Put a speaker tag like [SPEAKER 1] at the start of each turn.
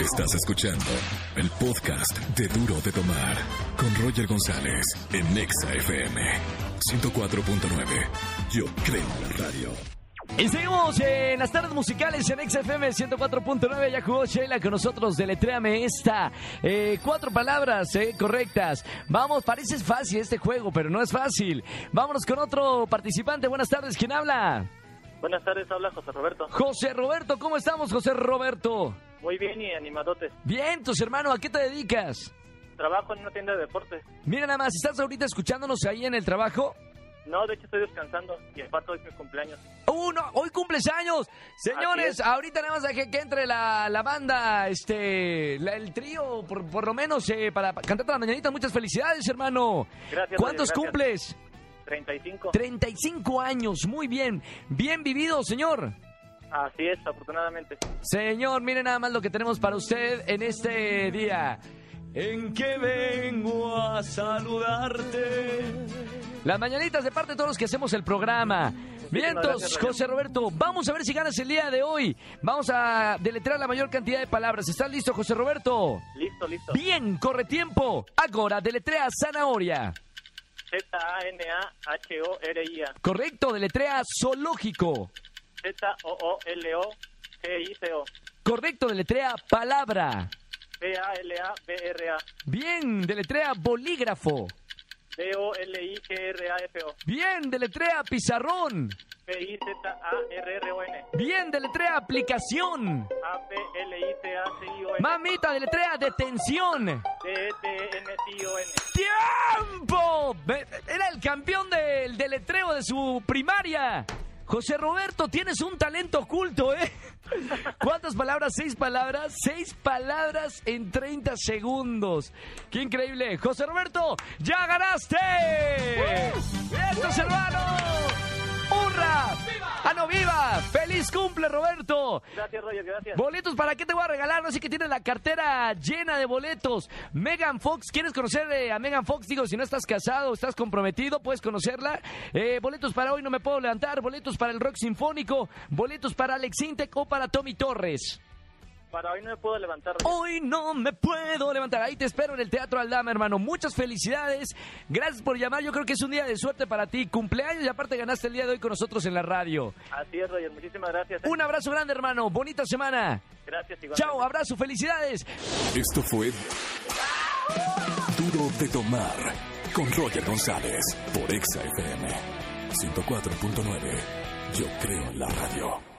[SPEAKER 1] Estás escuchando el podcast de Duro de Tomar con Roger González en Nexa FM 104.9. Yo creo en la radio.
[SPEAKER 2] Y seguimos en las tardes musicales en XFM 104.9. Ya jugó Sheila con nosotros. Deletréame esta. Eh, cuatro palabras eh, correctas. Vamos, parece fácil este juego, pero no es fácil. Vámonos con otro participante. Buenas tardes, ¿quién habla?
[SPEAKER 3] Buenas tardes, habla José Roberto.
[SPEAKER 2] José Roberto, ¿cómo estamos, José Roberto?
[SPEAKER 3] Muy bien y animadotes.
[SPEAKER 2] Bien, tus hermanos, ¿a qué te dedicas?
[SPEAKER 3] Trabajo en una tienda de deportes.
[SPEAKER 2] Mira nada más, ¿estás ahorita escuchándonos ahí en el trabajo?
[SPEAKER 3] No, de hecho estoy descansando y el pato es mi cumpleaños.
[SPEAKER 2] ¡Uno! ¡Hoy cumples años! Señores,
[SPEAKER 3] Así es.
[SPEAKER 2] ahorita nada más dejé que entre la, la banda, este, la- el trío, por, por lo menos, eh, para para cantarte la mañanita. Muchas felicidades, hermano.
[SPEAKER 3] Gracias,
[SPEAKER 2] ¿Cuántos
[SPEAKER 3] Roger,
[SPEAKER 2] cumples?
[SPEAKER 3] 35.
[SPEAKER 2] 35 años, muy bien. Bien vivido, señor.
[SPEAKER 3] Así es, afortunadamente.
[SPEAKER 2] Señor, mire nada más lo que tenemos para usted en este día. En que vengo a saludarte. Las mañanitas de parte de todos los que hacemos el programa. Vientos,
[SPEAKER 3] gracias, Roger.
[SPEAKER 2] José Roberto, vamos a ver si ganas el día de hoy. Vamos a deletrear la mayor cantidad de palabras. ¿Estás listo, José Roberto?
[SPEAKER 3] Listo, listo.
[SPEAKER 2] Bien, corre tiempo. Ahora, deletrea zanahoria.
[SPEAKER 3] Z-A-N-A-H-O-R-I-A.
[SPEAKER 2] Correcto, deletrea zoológico.
[SPEAKER 3] Z-O-O-L-O-G-I-C-O.
[SPEAKER 2] Correcto, deletrea palabra.
[SPEAKER 3] B-A-L-A-B-R-A.
[SPEAKER 2] Bien, deletrea bolígrafo.
[SPEAKER 3] D-O-L-I-G-R-A-F-O.
[SPEAKER 2] Bien, deletrea pizarrón.
[SPEAKER 3] B-I-Z-A-R-R-O-N.
[SPEAKER 2] Bien, deletrea aplicación.
[SPEAKER 3] A-P-L-I-T-A-C-I-O-N.
[SPEAKER 2] Mamita, deletrea detención.
[SPEAKER 3] E D-E-T-N-T-I-O-N.
[SPEAKER 2] ¡Tiempo! Ve- Era el campeón del deletreo de su primaria. José Roberto, tienes un talento oculto, ¿eh? ¿Cuántas palabras? ¿Seis palabras? Seis palabras en 30 segundos. ¡Qué increíble! José Roberto, ya ganaste. ¡Vientos, hermano! ¡Hurra! ¡Ah, no, viva! ¡Feliz cumple, Roberto!
[SPEAKER 3] Gracias, Roger, gracias.
[SPEAKER 2] Boletos, ¿para qué te voy a regalar? Así que tienes la cartera llena de boletos. Megan Fox, ¿quieres conocer eh, a Megan Fox? Digo, si no estás casado, estás comprometido, puedes conocerla. Eh, boletos para hoy no me puedo levantar. Boletos para el rock sinfónico. Boletos para Alex Intec o para Tommy Torres.
[SPEAKER 3] Para hoy no me puedo levantar. Roger.
[SPEAKER 2] Hoy no me puedo levantar. Ahí te espero en el Teatro Aldama, hermano. Muchas felicidades. Gracias por llamar. Yo creo que es un día de suerte para ti. Cumpleaños y aparte ganaste el día de hoy con nosotros en la radio.
[SPEAKER 3] Así es, Roger. Muchísimas gracias. eh.
[SPEAKER 2] Un abrazo grande, hermano. Bonita semana.
[SPEAKER 3] Gracias, igual.
[SPEAKER 2] Chao, abrazo, felicidades.
[SPEAKER 1] Esto fue Duro de Tomar con Roger González por Exa FM 104.9. Yo creo en la radio.